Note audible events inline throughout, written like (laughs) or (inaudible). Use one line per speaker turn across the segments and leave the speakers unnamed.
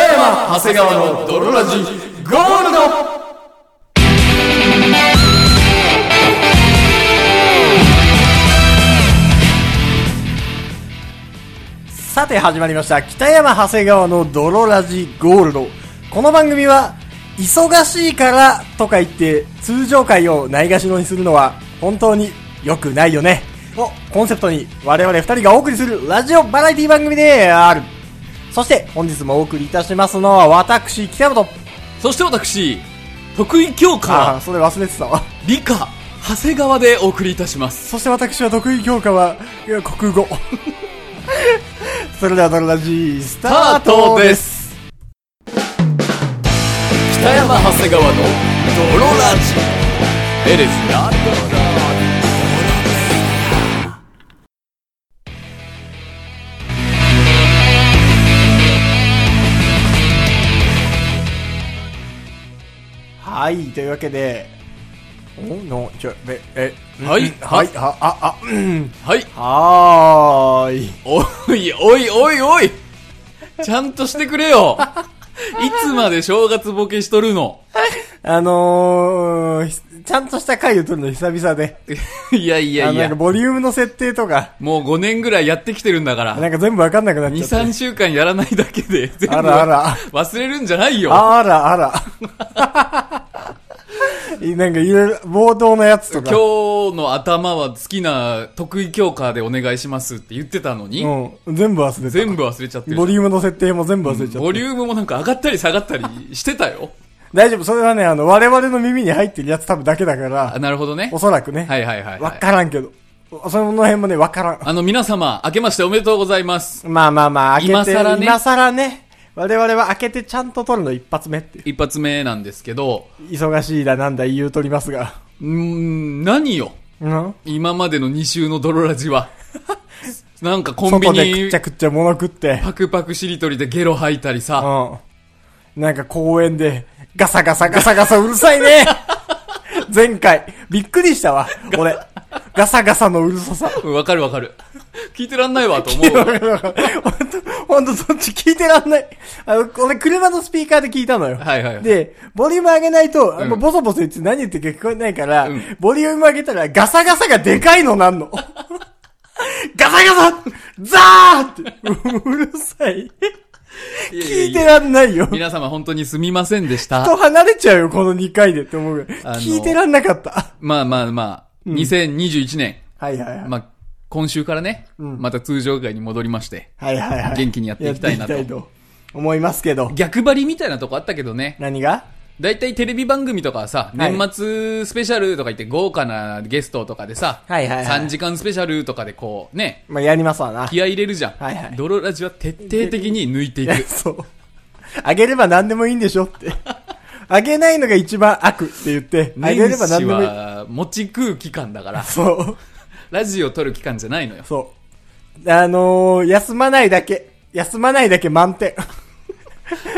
長谷川の泥ラジゴールドさて始まりました北山長谷川の泥ラジゴールドこの番組は忙しいからとか言って通常回をないがしろにするのは本当に良くないよねをコンセプトに我々二人がお送りするラジオバラエティ番組であるそして本日もお送りいたしますのは私北山と
そして私、得意教
ああ
科、
それ忘れてたわ
理科、長谷川でお送りいたします。
そして私は得意教科はいや国語 (laughs) それではドロラジースタ
スター
ート
ト
で
ですす。北山長谷川の泥ラジ。エレスな
はいというわけでおのちょべえ
はい
うんはいはああうん
はい。
はーい
おい、おい、おい、おい。ちゃんとしてく
(laughs)
れよ。いつまで正月ボケしとるの。
あのーひ、ちゃんとした回を撮るの久々で。
いやい
あ
や
の
い
なん
や
か。ボリュームの設定とか、
もう5年ぐらいやってきてるんだから。
なんか全部わかんなくなっ
2、
ちゃった。
3週間やらないだけで、全部
あらあら。
忘れるんじゃないよ。
あらあ
(laughs)
ら。なんかいろいろ、冒頭のやつとか。
今日の頭は好きな得意教科でお願いしますって言ってたのに、
うん。全部忘れて
全部忘れちゃって
た。
る。
ボリュームの設定も全部忘れちゃった。
ボリュームもなんか上がったり下がったりしてたよ。
大丈夫。それはね、あの、我々の耳に入ってるやつ多分だけだか
あ
ら、
なるほどね
お。そらくね。
はいはいはい、
わ
はい。
からんけど。その辺もね、わからん。
あの皆様、明けましておめでとうございます。
まあまあまあ、開けて、
今更ね
今更ね。我々は開けてちゃんと撮るの一発目っていう。
一発目なんですけど、
忙しいだなんだ言うとりますが。
うーん、何よ。
うん
今までの2週の泥ラジは。 (laughs) なんかコンビ
外でくっ
ニ
ちゃ、くっちゃ物食って。
パクパクしりとりでゲロ吐いたりさ。
うん。なんか公園で、ガサガサガサガサうるさい
(laughs)
ね前回、びっくりしたわ、俺。ガサガサのうるささ。
うんわかるわかる。 (laughs) 聞いてらんないわと思う。
(laughs) ほんと、そっち聞いてらんない。あの、俺、車のスピーカーで聞いたのよ。
はいはいはい。
で、ボリューム上げないと、
ん
もうボソボソ言って何言ってるか聞こえないから、
うん
ボリューム上げたらガサガサがでかいのなんの。ガ (laughs) サガサザーっ
(laughs)
て、うるさい。
い
聞
やいやい
い
や
てらんないよ。
皆様本当にすみませんでした。
と離れちゃうよ、この2回でって思うぐらい
あの
聞いてらんなかった。
まあまあまあ、2021年、
はいはいはい。
まあ、今週からね、また通常会に戻りまして、
はいはいはい。
元気にやっていきたいなと
やっていきたいと思いますけど。
逆張りみたいなとこあったけどね、
何が
だいたいテレビ番組とかはさ、
はい
年末スペシャルとか言って豪華なゲストとかでさ、
はいはいはい
3時間スペシャルとかでこう、ね、
まあ、やりますわな。
気合い入れるじゃん。
はいはい
泥ラジは徹底的に抜いてい
いや
く。
そう。あげれば何でもいいんでしょって。あげないのが一番悪って言って、 (laughs) あげ
年
れば何で
始
もいい。
は持ち食う期間だから、
そう。
ラジオ撮る期間じゃないのよ。
そう。あのー、休まないだけ。休まないだけ満点。 (laughs)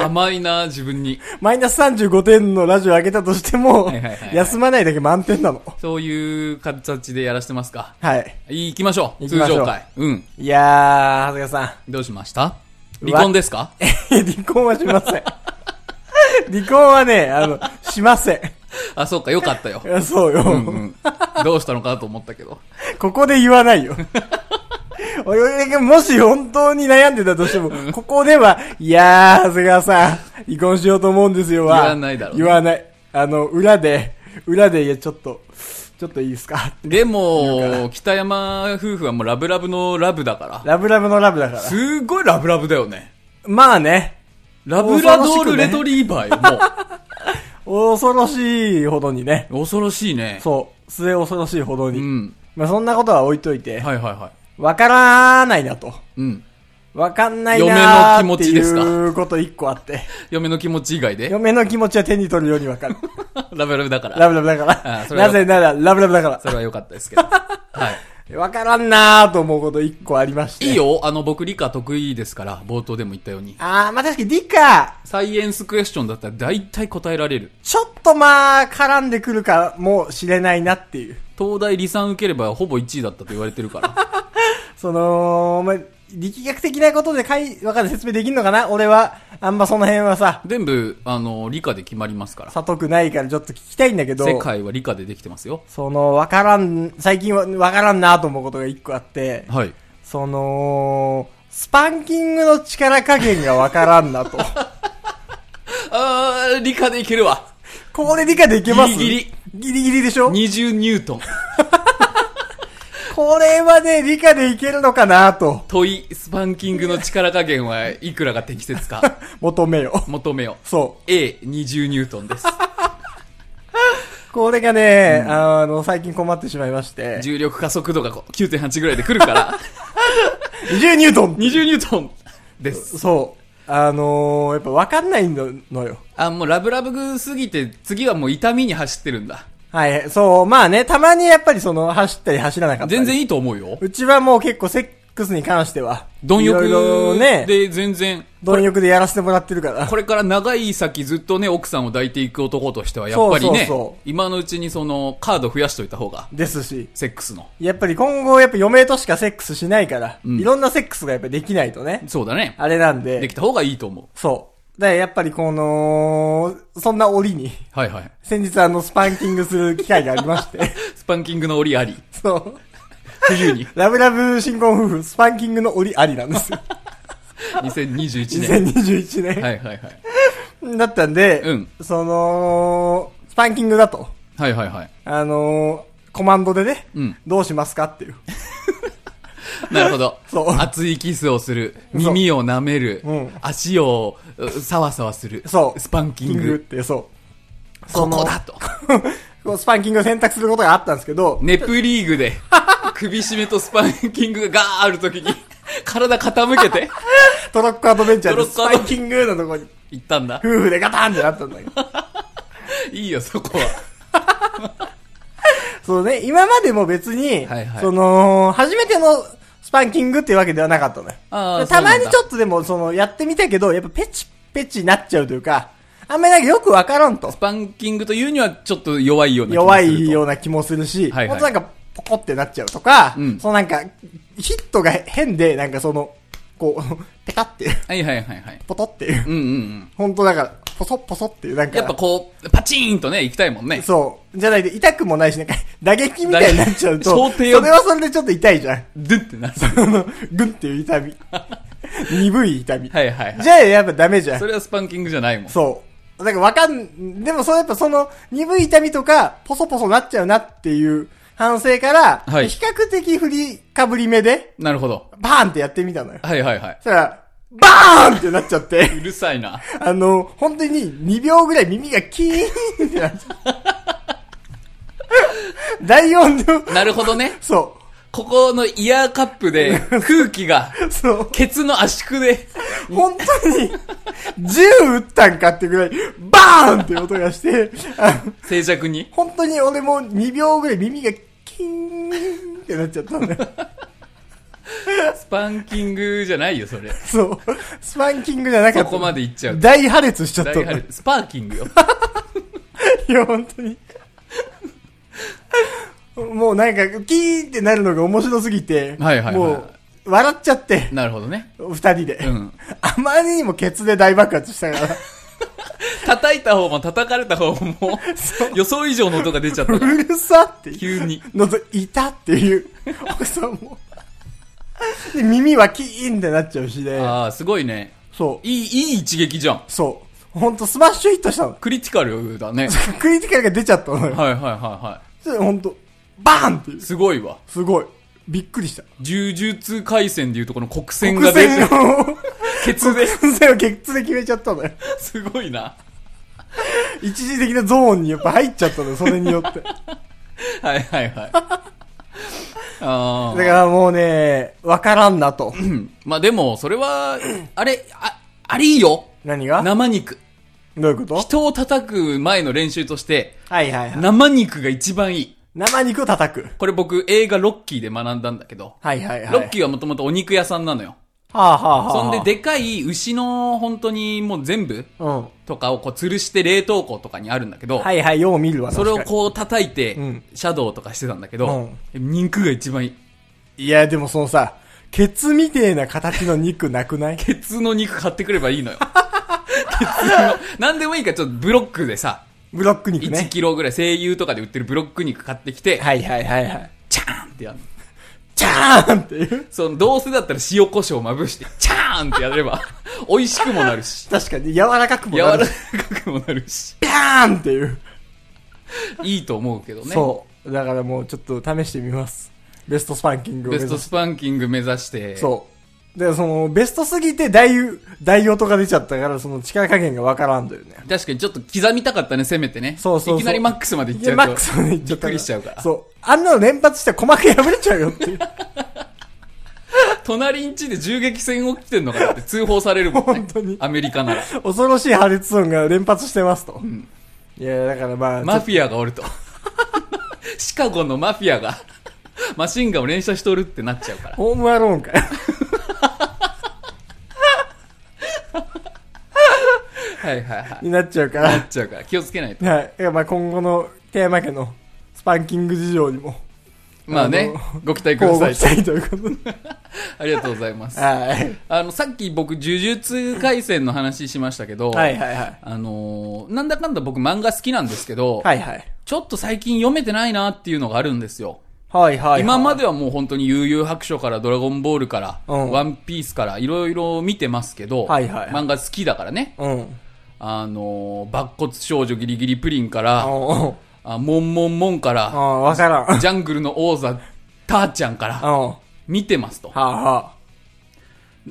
甘いな、自分に。
マイナス35点のラジオ上げたとしても、
はいはいはい
休まないだけ満点なの。
そういう形でやらせてますか。
はい。
行きましょう。
行き
通
ましょう
常会。うん。
いやー、長谷川さ
どうしました
うわ
離婚ですか
ん。 (laughs) 離婚はしません。 (laughs) 離婚はね、あの、しません。
あ、そうか、よかったよ
い。や (laughs) そうよ。
うんうん。どうしたのかと思ったけど。
ここで言わないよ。俺がもし本当に悩んでたとしても、ここでは、いやー、長谷川さん、離婚しようと思うんですよは。
言わないだろうね
言わない。あの、裏で、裏で、いや、ちょっと、ちょっといいですかって。
でも、北山夫婦はもうラブラブのラブだから。
ラブラブのラブだから。
すごいラブラブだよね。
まあね、
ラブラドールレトリーバーよ、
恐ろしいほどにね。
もう。恐ろしいね。
(laughs) そう、末恐ろしいほど
う
に。
ん。
まあそんなことは置いといて、
はいはいは
わからないなと。
い。うん。
わかんないなーって
嫁の気持ちですか
いうこと一個あって。
嫁の気持ち以外で
嫁の気持ちは手に取るようにわか
(laughs)
る。
ラブラブだから。
ラブラブだから
あ。それは
なぜなら、ラブラブだか
それはよかったですけど。はい。
ら。わからんなーと思うこと一個ありまして。
いい。よ。あの、僕理科得意ですから、冒頭でも言ったように。
あー、まあ、確かに理科、
サイエンスクエスチョンだったら大体答えられる。
ちょっとまあ、絡んでくるかもしれないなっていう。
東大理算受ければほぼ1位だったと言われてるから。
その、まあ、力学的なことで会話から説明できんのかな俺は、あんまその辺はさ、
全部、あの、理科で決まりますから。
悟くないからちょっと聞きたいんだけど、
世界は理科でできてますよ。
その、わからん、最近はわからんなと思うことが一個あって、
はい。
その、スパンキングの力加減がわからんな
(laughs)
と。
あー、理科でいけるわ。
ここで理解できます
ギリ
ギリ。ギリギリでしょ
20ニュートン。
これはね、理科でいけるのかなと
問い、スパンキングの力加減はいくらが適
(laughs)
切か
求めよう。
求めよ。
そう
A20 ニュートンです。
う。これがね、あの、最近困ってしまいまして、
重力加速度がこう9.8ぐらいで来るから、
20ニュートン
20ニュートンです。
そう。あのー、やっぱわかんないののよ。
あ、もうラブラブすぎて、次はもう痛みに走ってるんだ。
はい、そう、まあね、たまにやっぱりその、走ったり走らなかったり。
全然いいと思うよ。
うちはもう結構セックスに関しては、
貪
いろいろ
欲
ね、
で全然、
貪欲でやらせてもらってるから。
これから長い先ずっとね、奥さんを抱いていく男としては、やっぱりね
そうそうそう
今のうちにその、カード増やしといた方が、
ですし。
セックスの。
やっぱり今後、やっぱ嫁としかセックスしないから、
ん
いろんなセックスがやっぱりできないとね、
そうだね。
あれなんで、
できた方がいいと思う。
そう。だからやっぱりこの、そんな折に、
はいはい。
先日あの、スパンキングする機会がありまして、
(laughs) スパンキングの折あり。
そう。。
冬に
ラブラブ新婚夫婦、スパンキングの折ありなんですよ。
2021年。
2021年。
はいはいはい。
だったんで、
うん
その、スパンキングだと、
はいはいはい。
あのーコマンドでね、
うん
どうしますかっていう。
なるほど。
そう
熱いキスをする。耳を舐める。
うん
足を、うサワサワする。
そう
スパンキン
キングっ
グ。
て、そう。
ここだと。
こう (laughs) スパンキングを選択することがあったんですけど、
ネプリーグで、首絞めとスパンキングがガーあるときに、体傾けて、
トロッコアドベンチャーで
トロ
ス
ッコア
パ
ド
イキングのとこに、
行ったんだ
夫。婦でガタンってなったんだけど。
(laughs) いいよ、そこは。
そうね、今までも別に、
はいはい
その、初めてのスパンキングっていうわけではなかったのよ。
あー
でたまに
そうな
ち
んだ
ょっとでも、その、やってみたけど、やっぱペチペチなっちゃうというか、あんまりなんかよくわからんと
ス。パンキングというにはちょっと弱いような気が
弱
すると
いような気もするし、
はいはい
ほんとなんか、ポコってなっちゃうとか、
うん
そのなんか、ヒットが変で、なんかその、こう、ペタっていう、
はいはいはいはい。
ポトっていう
う。んうんうん。
ほんとだから、ポソッポソっていう、なんか。
やっぱこう、パチーンとね、行きたいもんね。
(laughs) そう。じゃないと痛くもないし、なんか、打撃みたいになっちゃうと、
打
そ
撃想
れ
定を
はそれでちょっと痛いじゃん。 (laughs)
ドゥってなる。
あの、グンっていう痛み。 (laughs) 鈍い痛み。
はいはいはい。
じゃあやっぱダメじゃん。
それはスパンキングじゃないもん。
そう。だからわかん、でもそれやっぱその鈍い痛みとか、ポソポソなっちゃうなっていう反省から、
はい
比較的振りかぶり目で、
なるほど。
バーンってやってみたのよ。
はいはいはい
そ。したら、バーンってなっちゃって、
うるさいな。
あの、本当に2秒ぐらい耳がキーンってなっち
(laughs)
ゃう。第4の、
なるほどね。
そ
ここのイヤーカップで空気が、
う、そう。
ケツの圧縮で、
本当に、銃撃ったんかってぐらい、バーンって音がして、あの
静寂に。
本当に俺も2秒ぐらい耳がキーンってなっちゃったんだよ。
スパンキングじゃないよ、それ。
そう。スパンキングじゃなかった。
そこまで行っちゃう
大破裂しちゃった
大
の。
破
い
裂スパーキングよ。
や、本当に。もうなんか、キーンってなるのが面白すぎて、
はいはいはい
もう、笑っちゃって、
なるほどね。
二人で、
うん
あまりにもケツで大爆発したから。
叩いた方も叩かれた方も、予想以上の音が出ちゃった
う (laughs)
から、
るさっていう
急に。
のといたっていう奥さんも。で、耳はキーンってなっちゃうしで、
ああ、すごいね。
そう、
いい、いい一撃じゃん。
そう。ほんとスマッシュヒットしたの。
クリティカルだね。
クリティカルが出ちゃったのよ。
はいはいはいは
それほんと、バーンっていう
い。。すごいわ。
すごい。びっくりした。
柔術回戦でいうとこの黒線
伏
が出
線
て、
を、
ケツで。
伏線をゲッツで決めちゃったのよ。
すごいな。
一時的なゾーンにやっぱ入っちゃったのよ、それによって。だ
はいはい
(laughs)
はい。ああ。
からもうね、わからんなと。
うんまあでも、それは、あれ、あ、ありよ。
何が
生肉。
どういうこと
人を叩く前の練習として、
はいはいはい。
生肉が一番いい。
生肉を叩く。
これ僕、映画ロッキーで学んだんだけど、
はいはいはい。
ロッキーはもともとお肉屋さんなのよ。
はあはあはあ。
そんで、、でかい牛の本当にもう全部
うん。
とかをこう吊るして冷凍庫とかにあるんだけど、
はいはい、よう見るわ。
それを
確か
こう叩いて
うん、
シャドウとかしてたんだけど、肉が一番いい。
にいや、でもそのさ、ケツみてえな形の肉なくない
ケツの肉買ってくればい
(laughs)
いのよ。ケツの。なんでもいいから、ちょっとブロックでさ、
ブロック肉
1
ね。
キロぐらい声優とかで売ってるブロック肉買ってきて、
はいはいはいはい。
チャーンってやるの。
チャーンっていう。
その、どうせだったら塩胡椒まぶして、チャーンってや
(laughs)
れば、美味しくもなるし、
確かに柔らかくも
柔
な
ら
る
か
し。
くもなるし、
ピャーンっていう。
いいと思うけどね。
そう。だからもうちょっと試してみます。ベストスパンキングを目
ベ
指
スト
し
スパンキング目指して、
そう。で、その、ベストすぎて大、大音が出ちゃったから、その力加減がわからんだよね。
確かにちょっと刻みたかったね、せめてね。
そうそうそう
きなりマックスまでいっ
い
ちゃ
や、
うと。
マックスまでいっちゃった
びっくりしちゃうから。
そう。あんなの連発して鼓膜破れちゃうよっていう。
(laughs) 隣ん家で銃撃戦起きてんのかなって通報されるもんね。
本当に
アメリカなら。
恐ろしい破裂音が連発してますと。いや、だからまあ、
マ
ちょっ
フィアがおると。シカゴのマフィアが、マシンガンを連射しとるってなっちゃうか
と。
ら
ホームアローンかよ。
はいはいはい。
になっちゃうか
な
ら。
っちゃうから。気をつけないと。
はい。いや、まあ今後の、テーマ家の、スパンキング事情に
(laughs)
も、
まあね
あ、
ご期待く
交
ださ
互
い
期。待ということで。
ありがとうございます。 (laughs)
はい。
あの、さっき僕、呪術廻戦の話しましたけど、
はいはいはい。
あのーなんだかんだ僕漫画好きなんですけど、
はいはい。
ちょっと最近読めてないなっていうのがあるんですよ。
はいはいはい。
今まではもう本当に悠々白書からドラゴンボールから、
うん
ワンピースからいろいろ見てますけど、
はいはい
漫画好きだからね。
うん。
あのー、白骨少女ギリギリプリンから、
うんうん。
あモンモンモンか
う
ら、
ん、わからん。
(laughs)
うん。
ジャングルの王座、ターちゃんから、
は
見てますと。
あは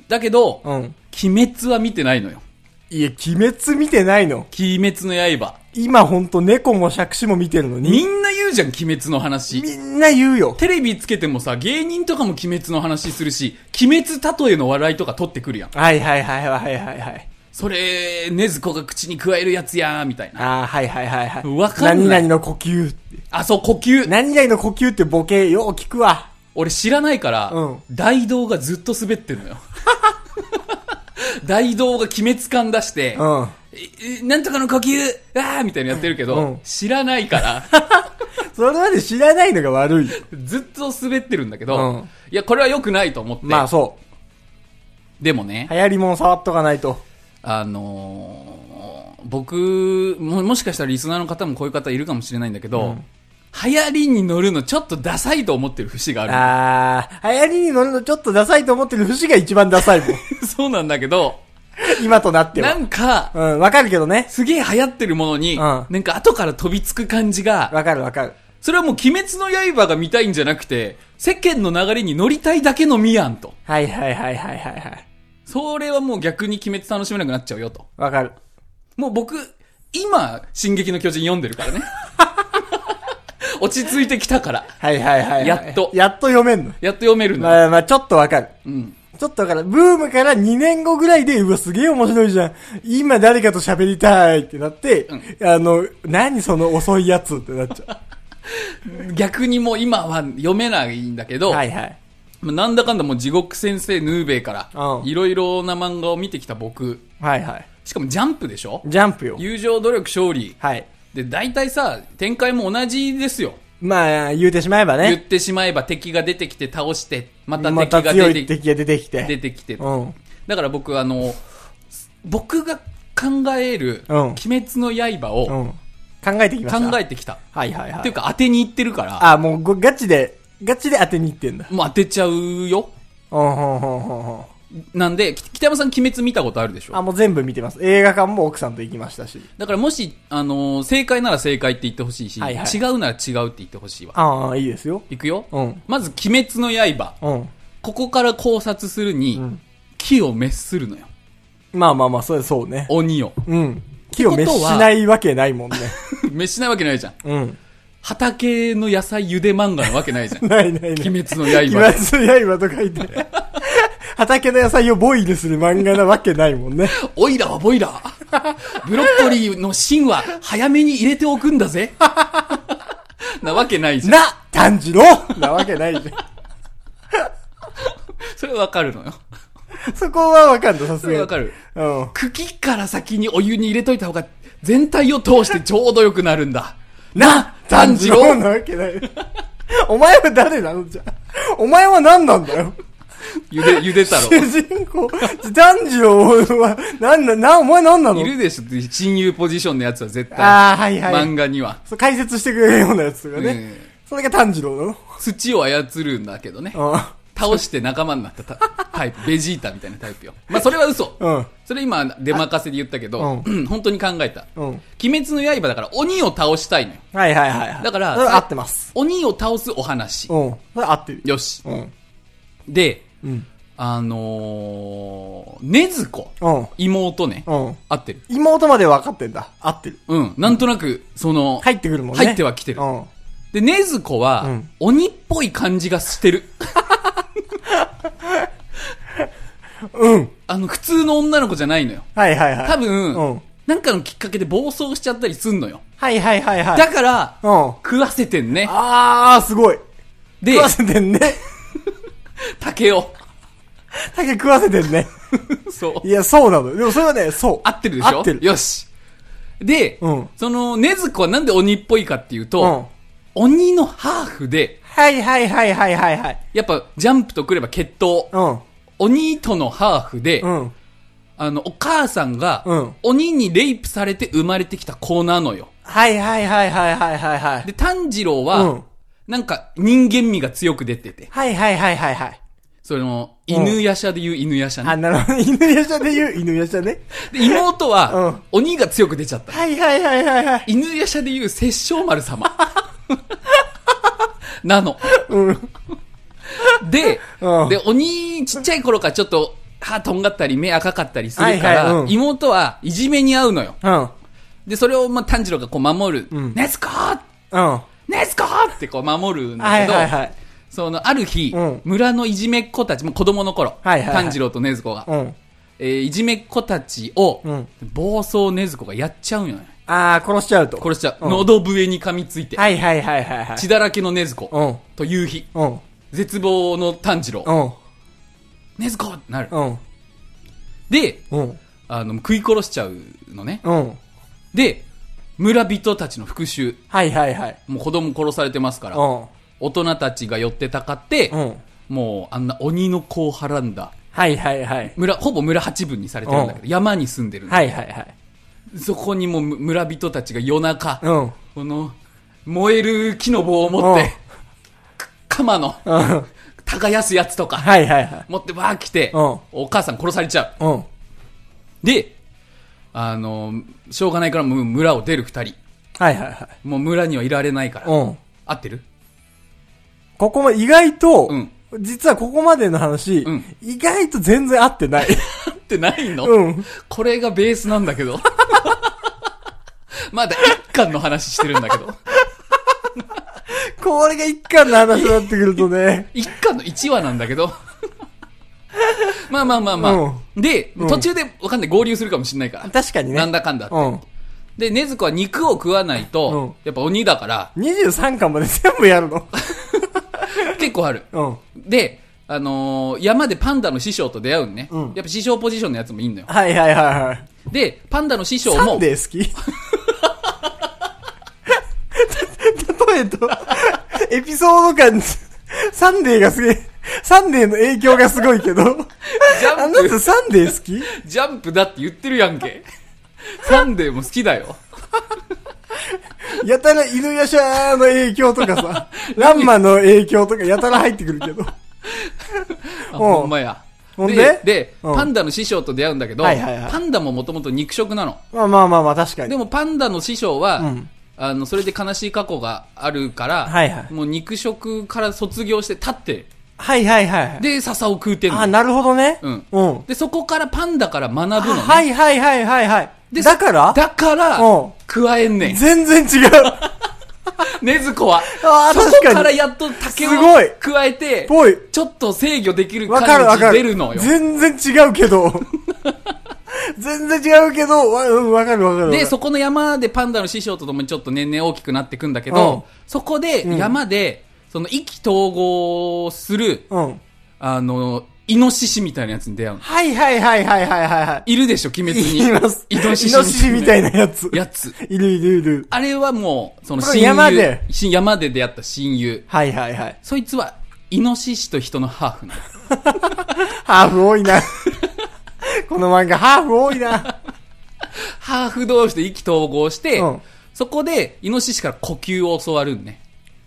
だけど、
あ。うん。
鬼滅は見てないのよ。
いや、鬼滅見てないの。
鬼滅の刃。
今ほんと猫も杓子も見てるの
み
に。
んな言うじゃん、鬼滅の話。
みんな言うよ。
テレビつけてもさ、芸人とかも鬼滅の話するし、鬼滅例えの笑いとか取ってくるやん。
はいはいはいはいはいはい。
それ、禰豆子が口に加えるやつやー、みたいな。
ああ、はいはいはいはい。
わかんない
何々の呼吸って。
あ、そう、呼吸。
何々の呼吸ってボケよう聞くわ。
俺知らないから、
うん
大道がずっと滑ってん
(laughs)
のよ。大道が鬼滅感出して、
うん。
ええなんとかの呼吸、あーみたいなのやってるけど、
うん
知らないから、
それまで知らないのが悪い。
ずっと滑ってるんだけど、
うん
いや、これは良くないと思って、
まあそ
でもね
う。、流行りもん触っとかないと。
あのー僕も、もしかしたらリスナーの方もこういう方いるかもしれないんだけど、流行りに乗るのちょっとダサいと思ってる節がある。
ああ、流行りに乗るのちょっとダサいと思ってる節が一番ダサ (laughs) いもん。
(laughs) そうなんだけど、
今となって
な
は。
んか、
うん、わかるけどね。
すげえ流行ってるものに、
ん
なんか後から飛びつく感じが、
わかるわかる。
それはもう鬼滅の刃が見たいんじゃなくて、世間の流れに乗りたいだけのみやんと。
はいはいはいはいはいはい。
それはもう逆に鬼滅楽しめなくなっちゃうよと。
わかる。
もう僕、今、進撃の巨人読んでるか
(laughs)
らね。落ち着いてきたから。
はいはいはいはい。
やっと
やっと読めんの。
やっと読めるんだ。
まあまあ、ちょっとわかる。
うん。
ちょっとわかる。ブームから2年後ぐらいで、うわ、すげえ面白いじゃん。今誰かと喋りたいってなって、あの、何その遅いやつってなっちゃ
逆にもう今は読めないんだけ
う。
ど、
はいはい。
まあなんだかんだもう地獄先生ヌーベイから
う、ん
いろいろな漫画を見てきた僕。
はいはい。
しかもジャンプでしょ
ジャンプよ。
友情努力勝利。
はい。
で、大体さ、展開も同じですよ。
まあ、言うてしまえば
言っ
ね。
てしまえば敵が出てきて倒して、また
ま
敵
た
が
強
出
い
てき
敵が出てきて。
出てきて。
うん。
だから僕、あの、僕が考える、
うん
鬼滅の刃
う
を
ん。考えてきました。
考
え。
えてきた。
はいはいは
っていう
い。
か当てにいってるから、
あ、もうご、ガチで、ガチで当てにいってんだ。
もう当てちゃうよ。
うん、ほんほんほんほん。
なんで、き北山さん鬼滅見たことあるでし
あ、
ょ
もう全部見てます。映画館も奥さんと行きましたし。
だからもし、あのー正解なら正解って言ってほしいし、
はいはい
違うなら違うって言ってほしいわ。
ああ、いいですよ。
いくよ、
うん
まず、鬼滅の刃。
うん。
ここから考察するに、
ん
木を滅するのよ。
まあまあまあ、それそうね。
鬼を。
うん。木を滅しないわけないもんね。
滅しないわけないじゃん。
うん。
畑の野菜茹で漫画なわけないじ
(laughs)
ゃん。
ないないない。
鬼滅の
鬼
刃。
滅の刃と書い
(laughs)
て。畑の野菜をボイルする漫画なわけないもんね。
オイラはボイラー。 (laughs) ブロッコリーの芯は早めに入れておくんだぜ。 (laughs) なわけないじゃん。
な炭治郎なわけないじ
(laughs) それはわかるのよ。
ゃん。そこはわかんない、さす
そ
が
れ
に。
はわかる。
うん。
茎から先にお湯に入れといた方が全体を通してちょうど良くなるんだ。な、炭治郎
なわけない。お前は誰なのじゃあ。お前は何なんだよ。(laughs)
ゆで、ゆで太
主
郎。
人公、男女は、なんだ、な、お前なんなの
いるでしょって、親友ポジションのやつは絶対。
ああ、はいはい。
漫画には。
そう解説してくれるようなやつがね。
ね
それが炭治郎なの
土を操るんだけどね。
う
倒して仲間になったタ (laughs) タイプ。ベジータみたいなタイプよ。まあ、それは嘘。
ん。うん。
それ今、出任せで言ったけど、
う
(clears throat) 本当に考えた。
うん。
鬼滅の刃だから鬼を倒したいのよ。
はいはいはいはい。
だから
それは合ってます。
鬼を倒すお話。
うん。それは合ってる。
よし。
うん。
で、
うん。
あのー、ねずこ。
うん。
妹ね。
うん。
合ってる。
妹まで分かってんだ。合ってる。
うん。なんとなく、その、
入ってくるもんね。
入ってはきてる
うん。
で、ねずこは、
うん
鬼っぽい感じがしてる。
うん。
(laughs) あの、普通の女の子じゃないのよ。
はいはいはい。
多分、
うん
なんかのきっかけで暴走しちゃったりすんのよ。
はいはいはいはい。
だから、
うん。
食わせてんね。
あー、すごい。
で
食、わせてんね。
竹を。
だけ食わせてんね。
そう。
いや、 (laughs) そうなのよ。でもそれはね、そう。
合ってるでしょ
合ってる。
よし。で、
うん
その、ねずこはなんで鬼っぽいかっていう
う
と
ん、。
鬼のハーフで、
はいはいはいはいはいはい。
やっぱジャンプとくれば決闘。
うん。
鬼とのハーフで、
うん。
あの、お母さんが、
うん
鬼にレイプされて生まれてきた子なのよ。
はいはいはいはいはいはいはい。
で、炭治郎は、
うん
なんか人間味が強く出てて、
はいはいはいはいはい。
その、
うん
犬夜叉で言う犬夜叉
あ、
ね。
なるほど。犬夜叉で言う犬夜叉ね。
で、妹は、鬼が強く出ちゃった。
はいはいはいはいはい。
犬夜叉で言う殺生丸様。 (laughs) なの。
うん。
で、
うん
で、鬼、ちっちゃい頃からちょっと、歯とんがったり、目赤かったりするか
はい
ら、
はいうん
妹はいじめに遭うのよ。
うん。
で、それを、まあ、炭治郎がこう守る。
ん
ねずこー
うん。は
ねずこーってこう守るん
い
だ
は
け
い
ど、
はい。
その、ある日、
うん
村のいじめっ子たち、もう子供の頃、
はいはいはい
炭治郎とねずこが、
うん。
えーいじめっ子たちを、
うん
暴走ねずこがやっちゃうんよね。
あー、殺しちゃうと。
殺しちゃう。
うん
喉笛に噛みついて、
はいはいはいはいはい。
血だらけのねずこ、
うん。
と夕日、
うん。
絶望の炭治郎、
うん。
ねずこってなる。
うん。
で、
うん。
あの、食い殺しちゃうのね。
うん。
で、村人たちの復讐。
はいはいはい。
もう子供殺されてますから
う。ん。
大人たちが寄ってたかって、
うん。
もうあんな鬼の子をはらんだ。
はいはいはい。
村、ほぼ村八分にされてるんだけど、山に住んでるの
はいはいはい。
そこにもうむ村人たちが夜中、
うん。
この、燃える木の棒を持って、鎌の、
うん。はい
耕すやつとか、
はいはい。
持ってわー来て、
うん
お母さん殺されちゃ
うん。
う。で、あの、しょうがないからもう村を出る二人。
はいはいはい。
もう村にはいられないから。
うん。
合ってる
ここも意外と、
うん
実はここまでの話、
うん
意外と全然合って
(laughs)
ない。
合ってないの、
うん。
これがベースなんだけど。 (laughs) まだ一巻の話してるんだけど。
これが一貫の話になってくるとね。
一巻の一話なんだけど。 (laughs) まあまあまあまあ。で、
ん
途中でわかんない。合流するかもしれないから。
確かにね。
なんだかんだって。
うん。
で、ねずこは肉を食わないと、やっぱ鬼だから、
23巻まで全部やるの。
結構ある。
うん。は
で、あのー山でパンダの師匠と出会うのね。
うん
やっぱ師匠ポジションのやつもいんのよ。
いはいはいはい。
で、パンダの師匠
サン
も、
デー好き例えと、エピソード感、サンデーがすげえ、サンデーの影響がすごいけど、
ジャ
あ
ン
な
プ
たサンデー好き
ジャンプだって言ってるやん
(laughs)
け。サンデーも好きだよ。
やたら犬やしゃの影響とか
(laughs)
さ、ランマの影響とかやたら入ってくるけど。お
あ
う
ほんまや。
ほんで
で、
うん
パンダの師匠と出会うんだけど、
はいはいはい
パンダももともと肉食なの。
まあまあまあまあ確かに。
でもパンダの師匠は、
うん
あの、それで悲しい過去があるから、
はいはい
もう肉食から卒業して立って、
はいはいはい。
で、笹を食うてん
あ、
の。
なるほどね。
うん
うん。
で、そこからパンダから学ぶの、ね。
はいはいはいはいはい。
で
だから
だから
うん、
食わえんねん。
全然違う。
(laughs) ねずこは。
(laughs) あー
そ
確か
こ
に
からやっと竹を
すごい
加えて、
ぽい。
ちょっと制御できる
わかるわ
感
か
じ
る。
出るのよ。
全然違うけ (laughs) ど。全然違うけど、わ、うん、わかるわかるわかる。
で、そこの山でパンダの師匠と共にちょっと年々大きくなっていくんだけ
う
ど、
ん
そこで山で、その意気投合する、
うん。
あの、イノシシみたいなやつに出会うの。
はいはいはいはいはいはいはい。
いるでしょ、鬼滅に。
います。
イノシシ
イノシシみたいなやつ。
やつ。
いるいるいる。
あれはもう、その
これ
親友。
山で
し山で出会った親友。
はいはいはい。
そいつは、イノシシと人のハーフなの。
ハーフ多い (laughs) な。この漫画、ハーフ多いな。
ハーフ同士で意気投合して、
うん
そこで、イノシシから呼吸を教わるんね。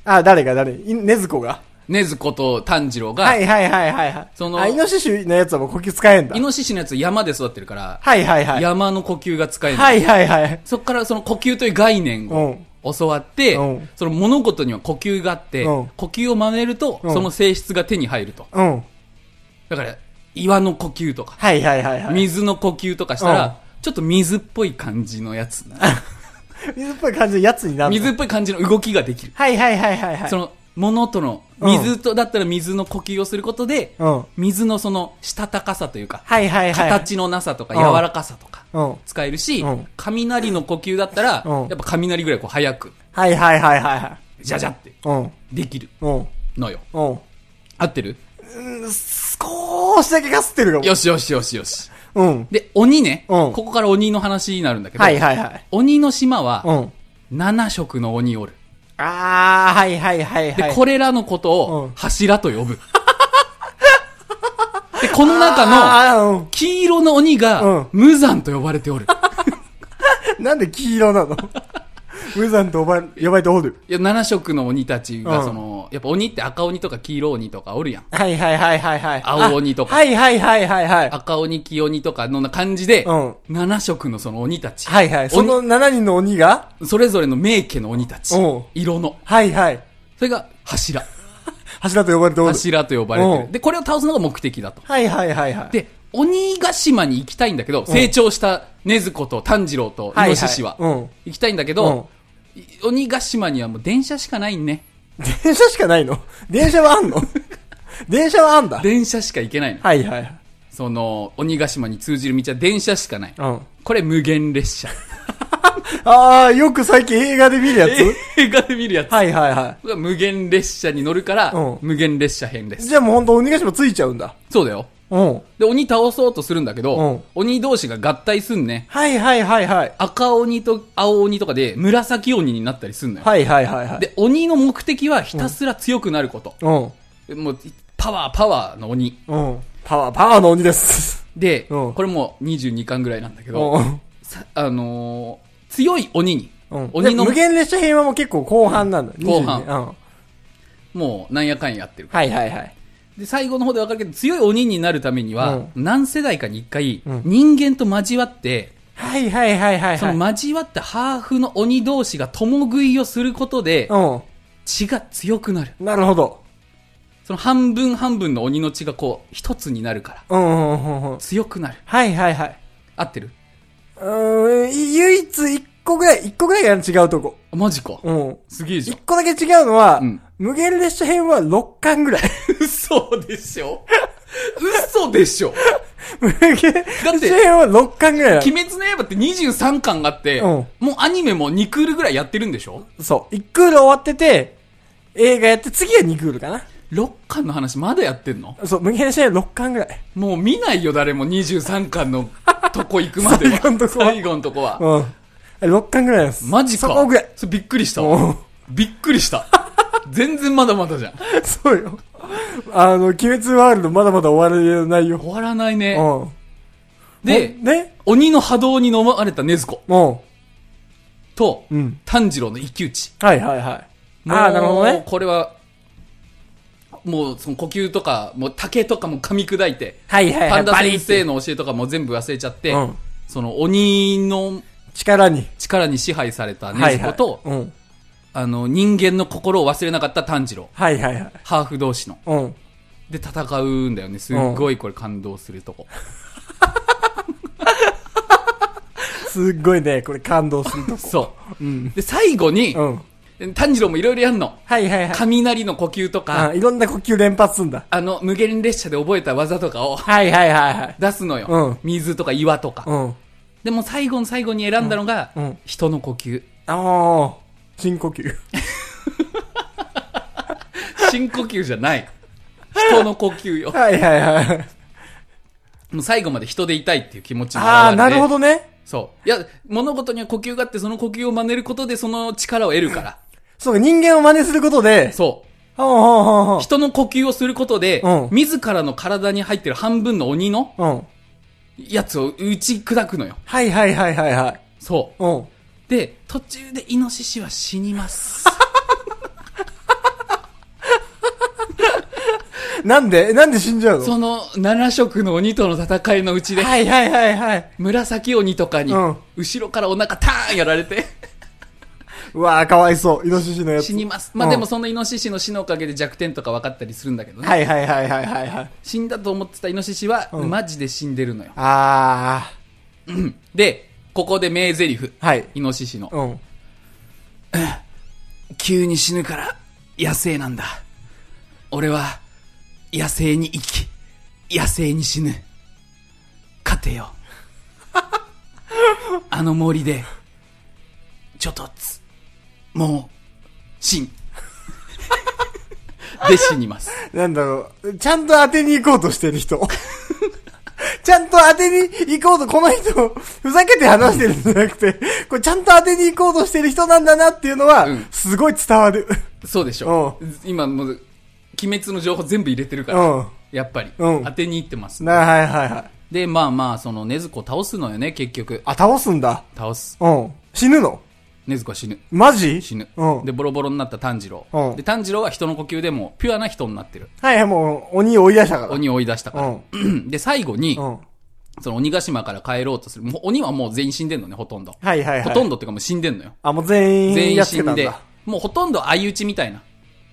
あ、誰が誰いねずこが。
禰豆子と炭治郎が、
はいはいはいはいはい。
その
あ、イノシシのやつはもう呼吸使えんだ
イ。ノシシのやつ山で育ってるから、
はいはいはい。
山の呼吸が使える、
はいはいはい。
そこからその呼吸という概念を教わって、
うん
その物事には呼吸があって、
うん
呼吸を真似ると、
うん
その性質が手に入ると。
うん。
だから、岩の呼吸とか、
はいはいはいはい。
水の呼吸とかしたら、
うん
ちょっと水っぽい感じのやつ。
(laughs) 水っぽい感じのやつになる。
水っぽい感じの動きができる。
はいはいはいはいはい。
その、物との、
うん
水と、だったら水の呼吸をすることで、
うん。
水のその、したたかさというか、
はいはいはい。。
形のなさとか、
うん
柔らかさとか、
うん。はい
使えるし、
うん
雷の呼吸だったら、
うん
やっぱ雷ぐらいこう早く、
はいはいはいは
じゃじゃって、
い。うん。
できる
うん。
のよ。
うん。
合ってる
少しだけかすってるかも。
よしよしよしよし。
うん。
で、鬼ね、
うん
ここから鬼の話になるんだけど、
はいはいはい。
鬼の島は、
うん。
7色の鬼おる。
あー、はいはいはい
で、
はい。
これらのこと
う
を
ん
柱と呼ぶ。で、この中の
あー、
黄色の鬼
う
が
ん
無惨と呼ばれておる。
うん。なんで黄色
(laughs)
なの無残と呼ば呼ばれておる。
いや、7色の鬼たち
う
が、
ん
その、やっぱ鬼って赤鬼とか黄色鬼とかおるやん。
はいはいはいはいはい。
青鬼とか
あはいはいはいはいはい。
赤鬼、黄鬼とかのな感じで、
うん
7色のその鬼たち。
はいはい。その7人の鬼が
それぞれの名家の鬼たち
うん。
色の。
はいはい。
それが柱。
柱と呼ばれておる。
柱と呼ばれて
う
る。
ん
で、これを倒すのが目的だと。
はいはいはいはい。
で、鬼ヶ島に行きたいんだけど、成長した禰豆子と炭治郎とイ
はいはい
ノシシは、
うん
行きたいんだけど、い鬼ヶ島にはもう電車しかないんね。
電車しかないの電車はあん (laughs) の電車はあんだ。
電車しか行けないの。
はいはいはい。
その、鬼ヶ島に通じる道は電車しかない。
うん。 (laughs)
これ無限列車。
あー、よく最近映画で見るやつ
映画で見るやつ。
はいはいは
無限列車に乗るから、
うん
無限列車編で
い。
す。
じゃあもうほんと鬼ヶ島ついちゃうんだ。
そうだよ。
うん。
で、鬼倒そうとするんだけど、
うん
鬼同士が合体すんね。
はいはいはいはい。
赤鬼と青鬼とかで紫鬼になったりすんのよ。
はいはいはいはい。
で、鬼の目的はひたすら強くなること。
うん。
もう、パワー、パワーの鬼。
うん。パワー、パワーの鬼です。
で、
うん
これもう22巻ぐらいなんだけ
う
ど、
ん。
さあのー強い鬼に、
うん。
鬼の
で無、限列車編はもう結構後半なんだ。
後半
22うん。
もうなんやかんやってる。
はいはいはい。
で、最後の方でわかるけど、強い鬼になるためには、
う
何世代かに一回、
うん
人間と交わって、
はいはいはいはい
そ
はい。
の交わったハーフの鬼同士が共食いをすることで、
うん。
血が強くなる。
なるほど。
その半分半分の鬼の血がこう、一つになるか
う
ら、
んうんうんうん。
強くなる。
はいはいはい。
合ってる
うーん、唯一一個ぐらい、一個ぐらいが違うとこ。
マジか。
うん。
すげえじゃ
一
ん。
個だけ違うのは、
うん
無限列車編は6巻ぐ
(laughs)
らい。
嘘でしょ嘘でしょ
無限列車編は6巻ぐらいな
鬼滅の刃って23巻があって、
うん
もうアニメも2クールぐらいやってるんでしょ
の。そう。1クール終わってて、映画やって次は2クールかな。
?6 巻の話まだやってんの
そう、無限列車編6巻ぐらい。
もう見ないよ、誰も23巻のとこ行くまで
最
は。
後のとこは
最後のとこは。
うん。6巻ぐらいなんです。
マジか。
そこぐらい。
それびっくりした
う
わ
ん。 (laughs)
びっくりした。全然まだまだじゃん。
そうよ。あの、鬼滅ワールドまだまだ終われないよ。
終わらないね。
うん。
で
ほ、ね
鬼の波動に飲まれた禰豆子
も
と、
うん
炭治郎の一騎打ち。
う。はいはいはい。ああ、なるほど
もう
ね。
これは、もうその呼吸とか、もう竹とかも噛み砕いて、
はいはいは
パン
い。
ダ
バリ
先
って
生の教えとかも全部忘れちゃって、
うん
その鬼の
力に。
力に支配された禰豆子と、
はいはい、うん。
あの人間の心を忘れなかった炭治郎。
はいはいはい。
ハーフ同士の。
うん。
で、戦うんだよね。すっごいこれ感動するとこ。
すっごいね、これ感動するとこ。
そう、で、最後に、
うん。
炭治郎もいろいろやんの。
はいはいはい。
雷の呼吸とか、
あいろんな呼吸連発すんだ。
あの、無限列車で覚えた技とかを (laughs)
はいはいはいはい。
出すのよ。
うん
水とか岩とか。
うん。
でも最後の最後に選んだのが、
うんうん
人の
(laughs)
呼吸。
ああ、深呼吸。 (laughs)
深呼吸じゃない。人の呼吸よ。
はいはいはい。
もう最後まで人でいたいっていう気持ちも
ああ、なるほ
ど。
どね。
そう。いや、物事には呼吸があって、その呼吸を真似ることでその力を得るから。
そうか、人間を真似することで、
そう。
ほんほんほんほん。
人の呼吸をすることで、
うん
自らの体に入ってる半分の鬼の
うん。
やつを打ち砕くのよ。
はいはいはいはいはい。
そう。
うん。
で、途中でイノシシは死にます。
なんでなんで死んじゃうの
その7色の鬼との戦いのうちで、
はいはいはいはい。
紫鬼とかに
うん、
後ろからお腹ターンやら
(laughs)
れて、
うわぁ、かわいそう。イノシシのやつ。
死にます。まあでも
うん
そのイノシシの死のおかげで弱点とか分かったりするんだけどね。
はいはいはいはいはいはい。
死んだと思ってたイノシシは、
うん
マジで死んでるのよ。
あ
で、ここで名台詞。
ー。はい。
イノシシの。
うん。
急に死ぬから、野生なんだ。俺は、野生に生き、野生に死ぬ。勝
(laughs)
てよ。あの森で、ちょっとつ、もう、
(laughs)
死ん。で死にます。
なんだろう。ちゃんと当てに行こうとしてる人。 (laughs) ちゃんと当てに行こうと、この人、ふざけて話してるんじゃなくて、これちゃんと当てに行こうとしてる人なんだなっていうのは
うん、
すごい伝わる。
そうでしょ。今もう、鬼滅の情報全部入れてるか
う
ら、
ん。
やっぱり、
うん
当てに行ってます。
な、はいはいはい。
で、まあまあ、その、禰豆子を倒すのよね、結局。
あ、倒すんだ。
倒す。
うん。死ぬの
禰豆子は死ぬ。
マジ
死ぬ、
うん。
でボロボロになった炭治郎、
うん
で炭治郎は人の呼吸でもうピュアな人になってる
はいはい、もう、鬼を追い出したから。
鬼を追い出した
う
か
ん。
ら、 (clears throat) で最後に、
うん。
その鬼ヶ島から帰ろうとするもう鬼はもう全員死んでんのねほとんど、
はいはいはい。
ほとんどっていうかもう死んでんのよ
あ、もう全員。
全
や
員
っつ
死
けた
ん
んだ
でもうほとんど相打ちみたいな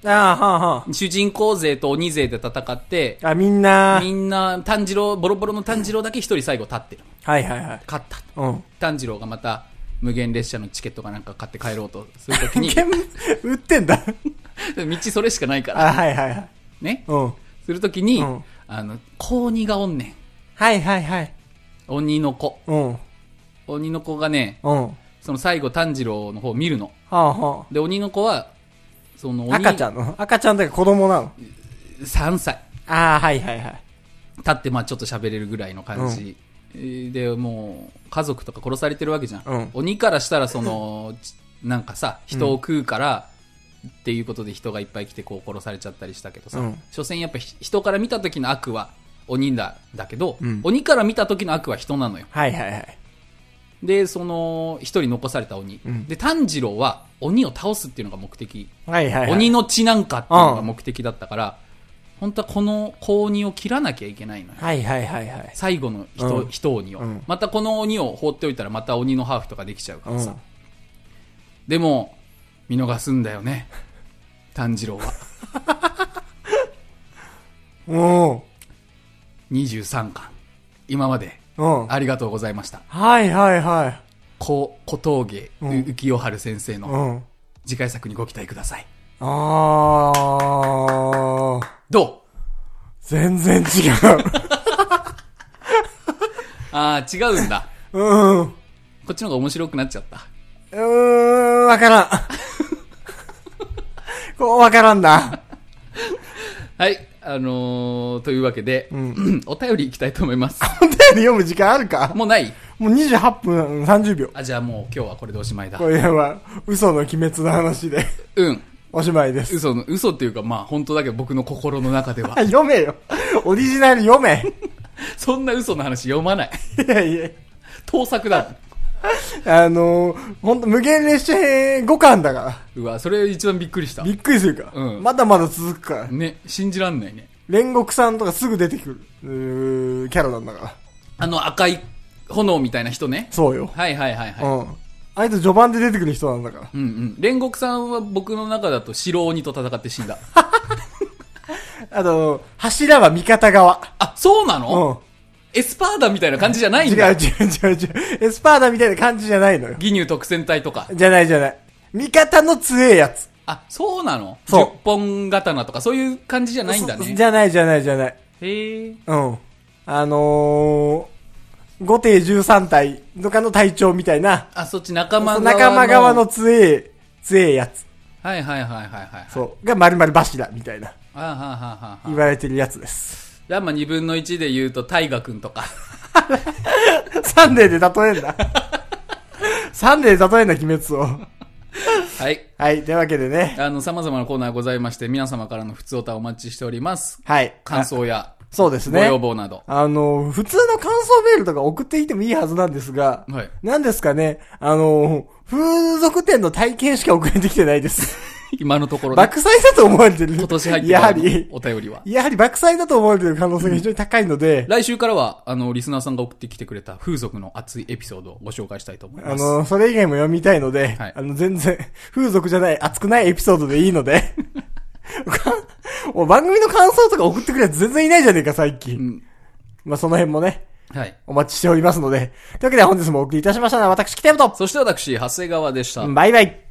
あーはあは
主人公勢と鬼勢で戦って
あ。あ、みんな。
みんな炭治郎ボロボロの炭治郎だけ一人最後立ってる
はいはいはい。
勝った
うん。
炭治郎がまた無限列車のチケットかなんか買って帰ろうとすると
(laughs)
きに
剣、売ってんだ。
道それしかないから
あ、はいはいはい。
ね
うん。
するときに、
うん
あの、高鬼がおんねん。
はいはいはい。
鬼の子。
うん。うん。
鬼の子がね、
は
その最後炭治郎の方を見るの。
あは
で、鬼の子は、その
あ。
鬼、
赤ちゃんの赤ちゃんだけ子供なの。
3歳。
ああ、はいはいはい。
立って、まあちょっと喋れるぐらいの感じ。えーで、もう、家族とか殺されてるわけじゃん。
うん
鬼からしたら、
(laughs)
その、ちなんかさ、人を食うから、っていうことで人がいっぱい来てこう殺されちゃったりしたけどさ、
うん
所詮やっぱひ人から見た時の悪は鬼だだけど、
うん
鬼から見た時の悪は人なのよ
はいはいはい。
で、その、一人残された鬼。
うん
で、炭治郎は鬼を倒すっていうのが目的。
はいはいはい。
鬼の血なんかっていうのが目的だったから、本当はこの子鬼を切らなきゃいけないのよ。
はいはいはいはい。
最後の人、
うん
人鬼を、
うん
またこの鬼を放っておいたらまた鬼のハーフとかできちゃうか
う
ら
ん
さ。。でも、見逃すんだよね。炭治郎は。
うん。
23巻。今まで、
うん。
ありがとうございました。
はいはいは
小、小峠、う
うん
浮世春先生
い。
の
うん。
次回作にご期待ください。
ああ。
どう
全 (laughs) 然違
ああ、違うんだ。
う。うん。う
こっちの方が面白くなっちゃった。
ーん、わからん。 (laughs) こう、わからん (laughs) な。
はい。あのー、というわけで、
うん。
(clears throat) お便りいきたいと思います。
お便り読む時間あるか
(laughs) もうない
もう28分30秒。
あ、じゃあもう今日はこれでおしまいだ
こ。れは、嘘の鬼滅の話 (laughs) で、
うん。
おしまいです。
嘘の、嘘っていうかまあ本当だけど僕の心の中では。
読めよ。オリジナル読め。
(laughs) そんな嘘の話読まない。
いやいや。
盗作だ。
あのー、ほんと、無限列車編5巻だか
うわ、それ一番びっくりした
ら。。びっくりするから。
うん
まだまだ続くから。
ね、信じらんないね。
煉獄さんとかすぐ出てくる、うーキャラなんだから。
あの赤い炎みたいな人ね。
そうよ。
はいはいはいはい。
うん。あいつ序盤で出てくる人なんだから。
うんうん。煉獄さんは僕の中だと白鬼と戦って死ん (laughs) だ。
あと、柱は味方側。
あ、そうなの、
うん。
エスパーダみたいな感じじゃない
違うん
だ。
違う違う違う。エスパーダみたいな感じじゃないのよ。
義乳特戦隊とか。
じゃないじゃない。味方の強えやつ。
あ、そうなの
そう
10本刀とかそういう感じじゃないんだ
そ
ね
じ。ゃないじゃないじゃない。
へえ。
うん。あのー、五帝十三隊とかの隊長みたいな、
あ、そっち仲間
そう
側の。
仲間側の。強え、強えやつ。
はいはいはいはいはい。う。
そう。が丸々柱みたいな、
あはははは
言われてるやつです。
じゃあまあ2分の1で言うと、大河君とか。 (laughs)
サンデーで例えんだ。サンデーで例えんだ、鬼滅を。
はい。
はい、というわけでね。
あの、様々なコーナーございまして、皆様からの普通歌お待ちしております。
はい。
感想や、
そうです
ご
ね。
要望など。
あの、普通の感想メールとか送ってきてもいいはずなんですが、
はい
なんですかね、あの、風俗店の体験しか送れてきてないです。
今のところね、
爆災だと思われてる。
今年入って
や
か
は
らの
り、
お便りは。
やはり爆災だと思われてる可能性が非常に高いので、
来週からは、あの、リスナーさんが送ってきてくれた風俗の熱いエピソードをご紹介したいと思い
あ
ます。
の、それ以外も読みたいので、
はい
あの、全然、風俗じゃない、熱くないエピソードでいいので、 (laughs) もう番組の感想とか送ってくれるやつ全然いないじゃねえか、最近。
ん
まあ、その辺もね、
はい。
お待ちしておりますので。というわけで本日もお送りいたしましたのは、私、北山と、
そして私、長谷川でした。
バイバイ。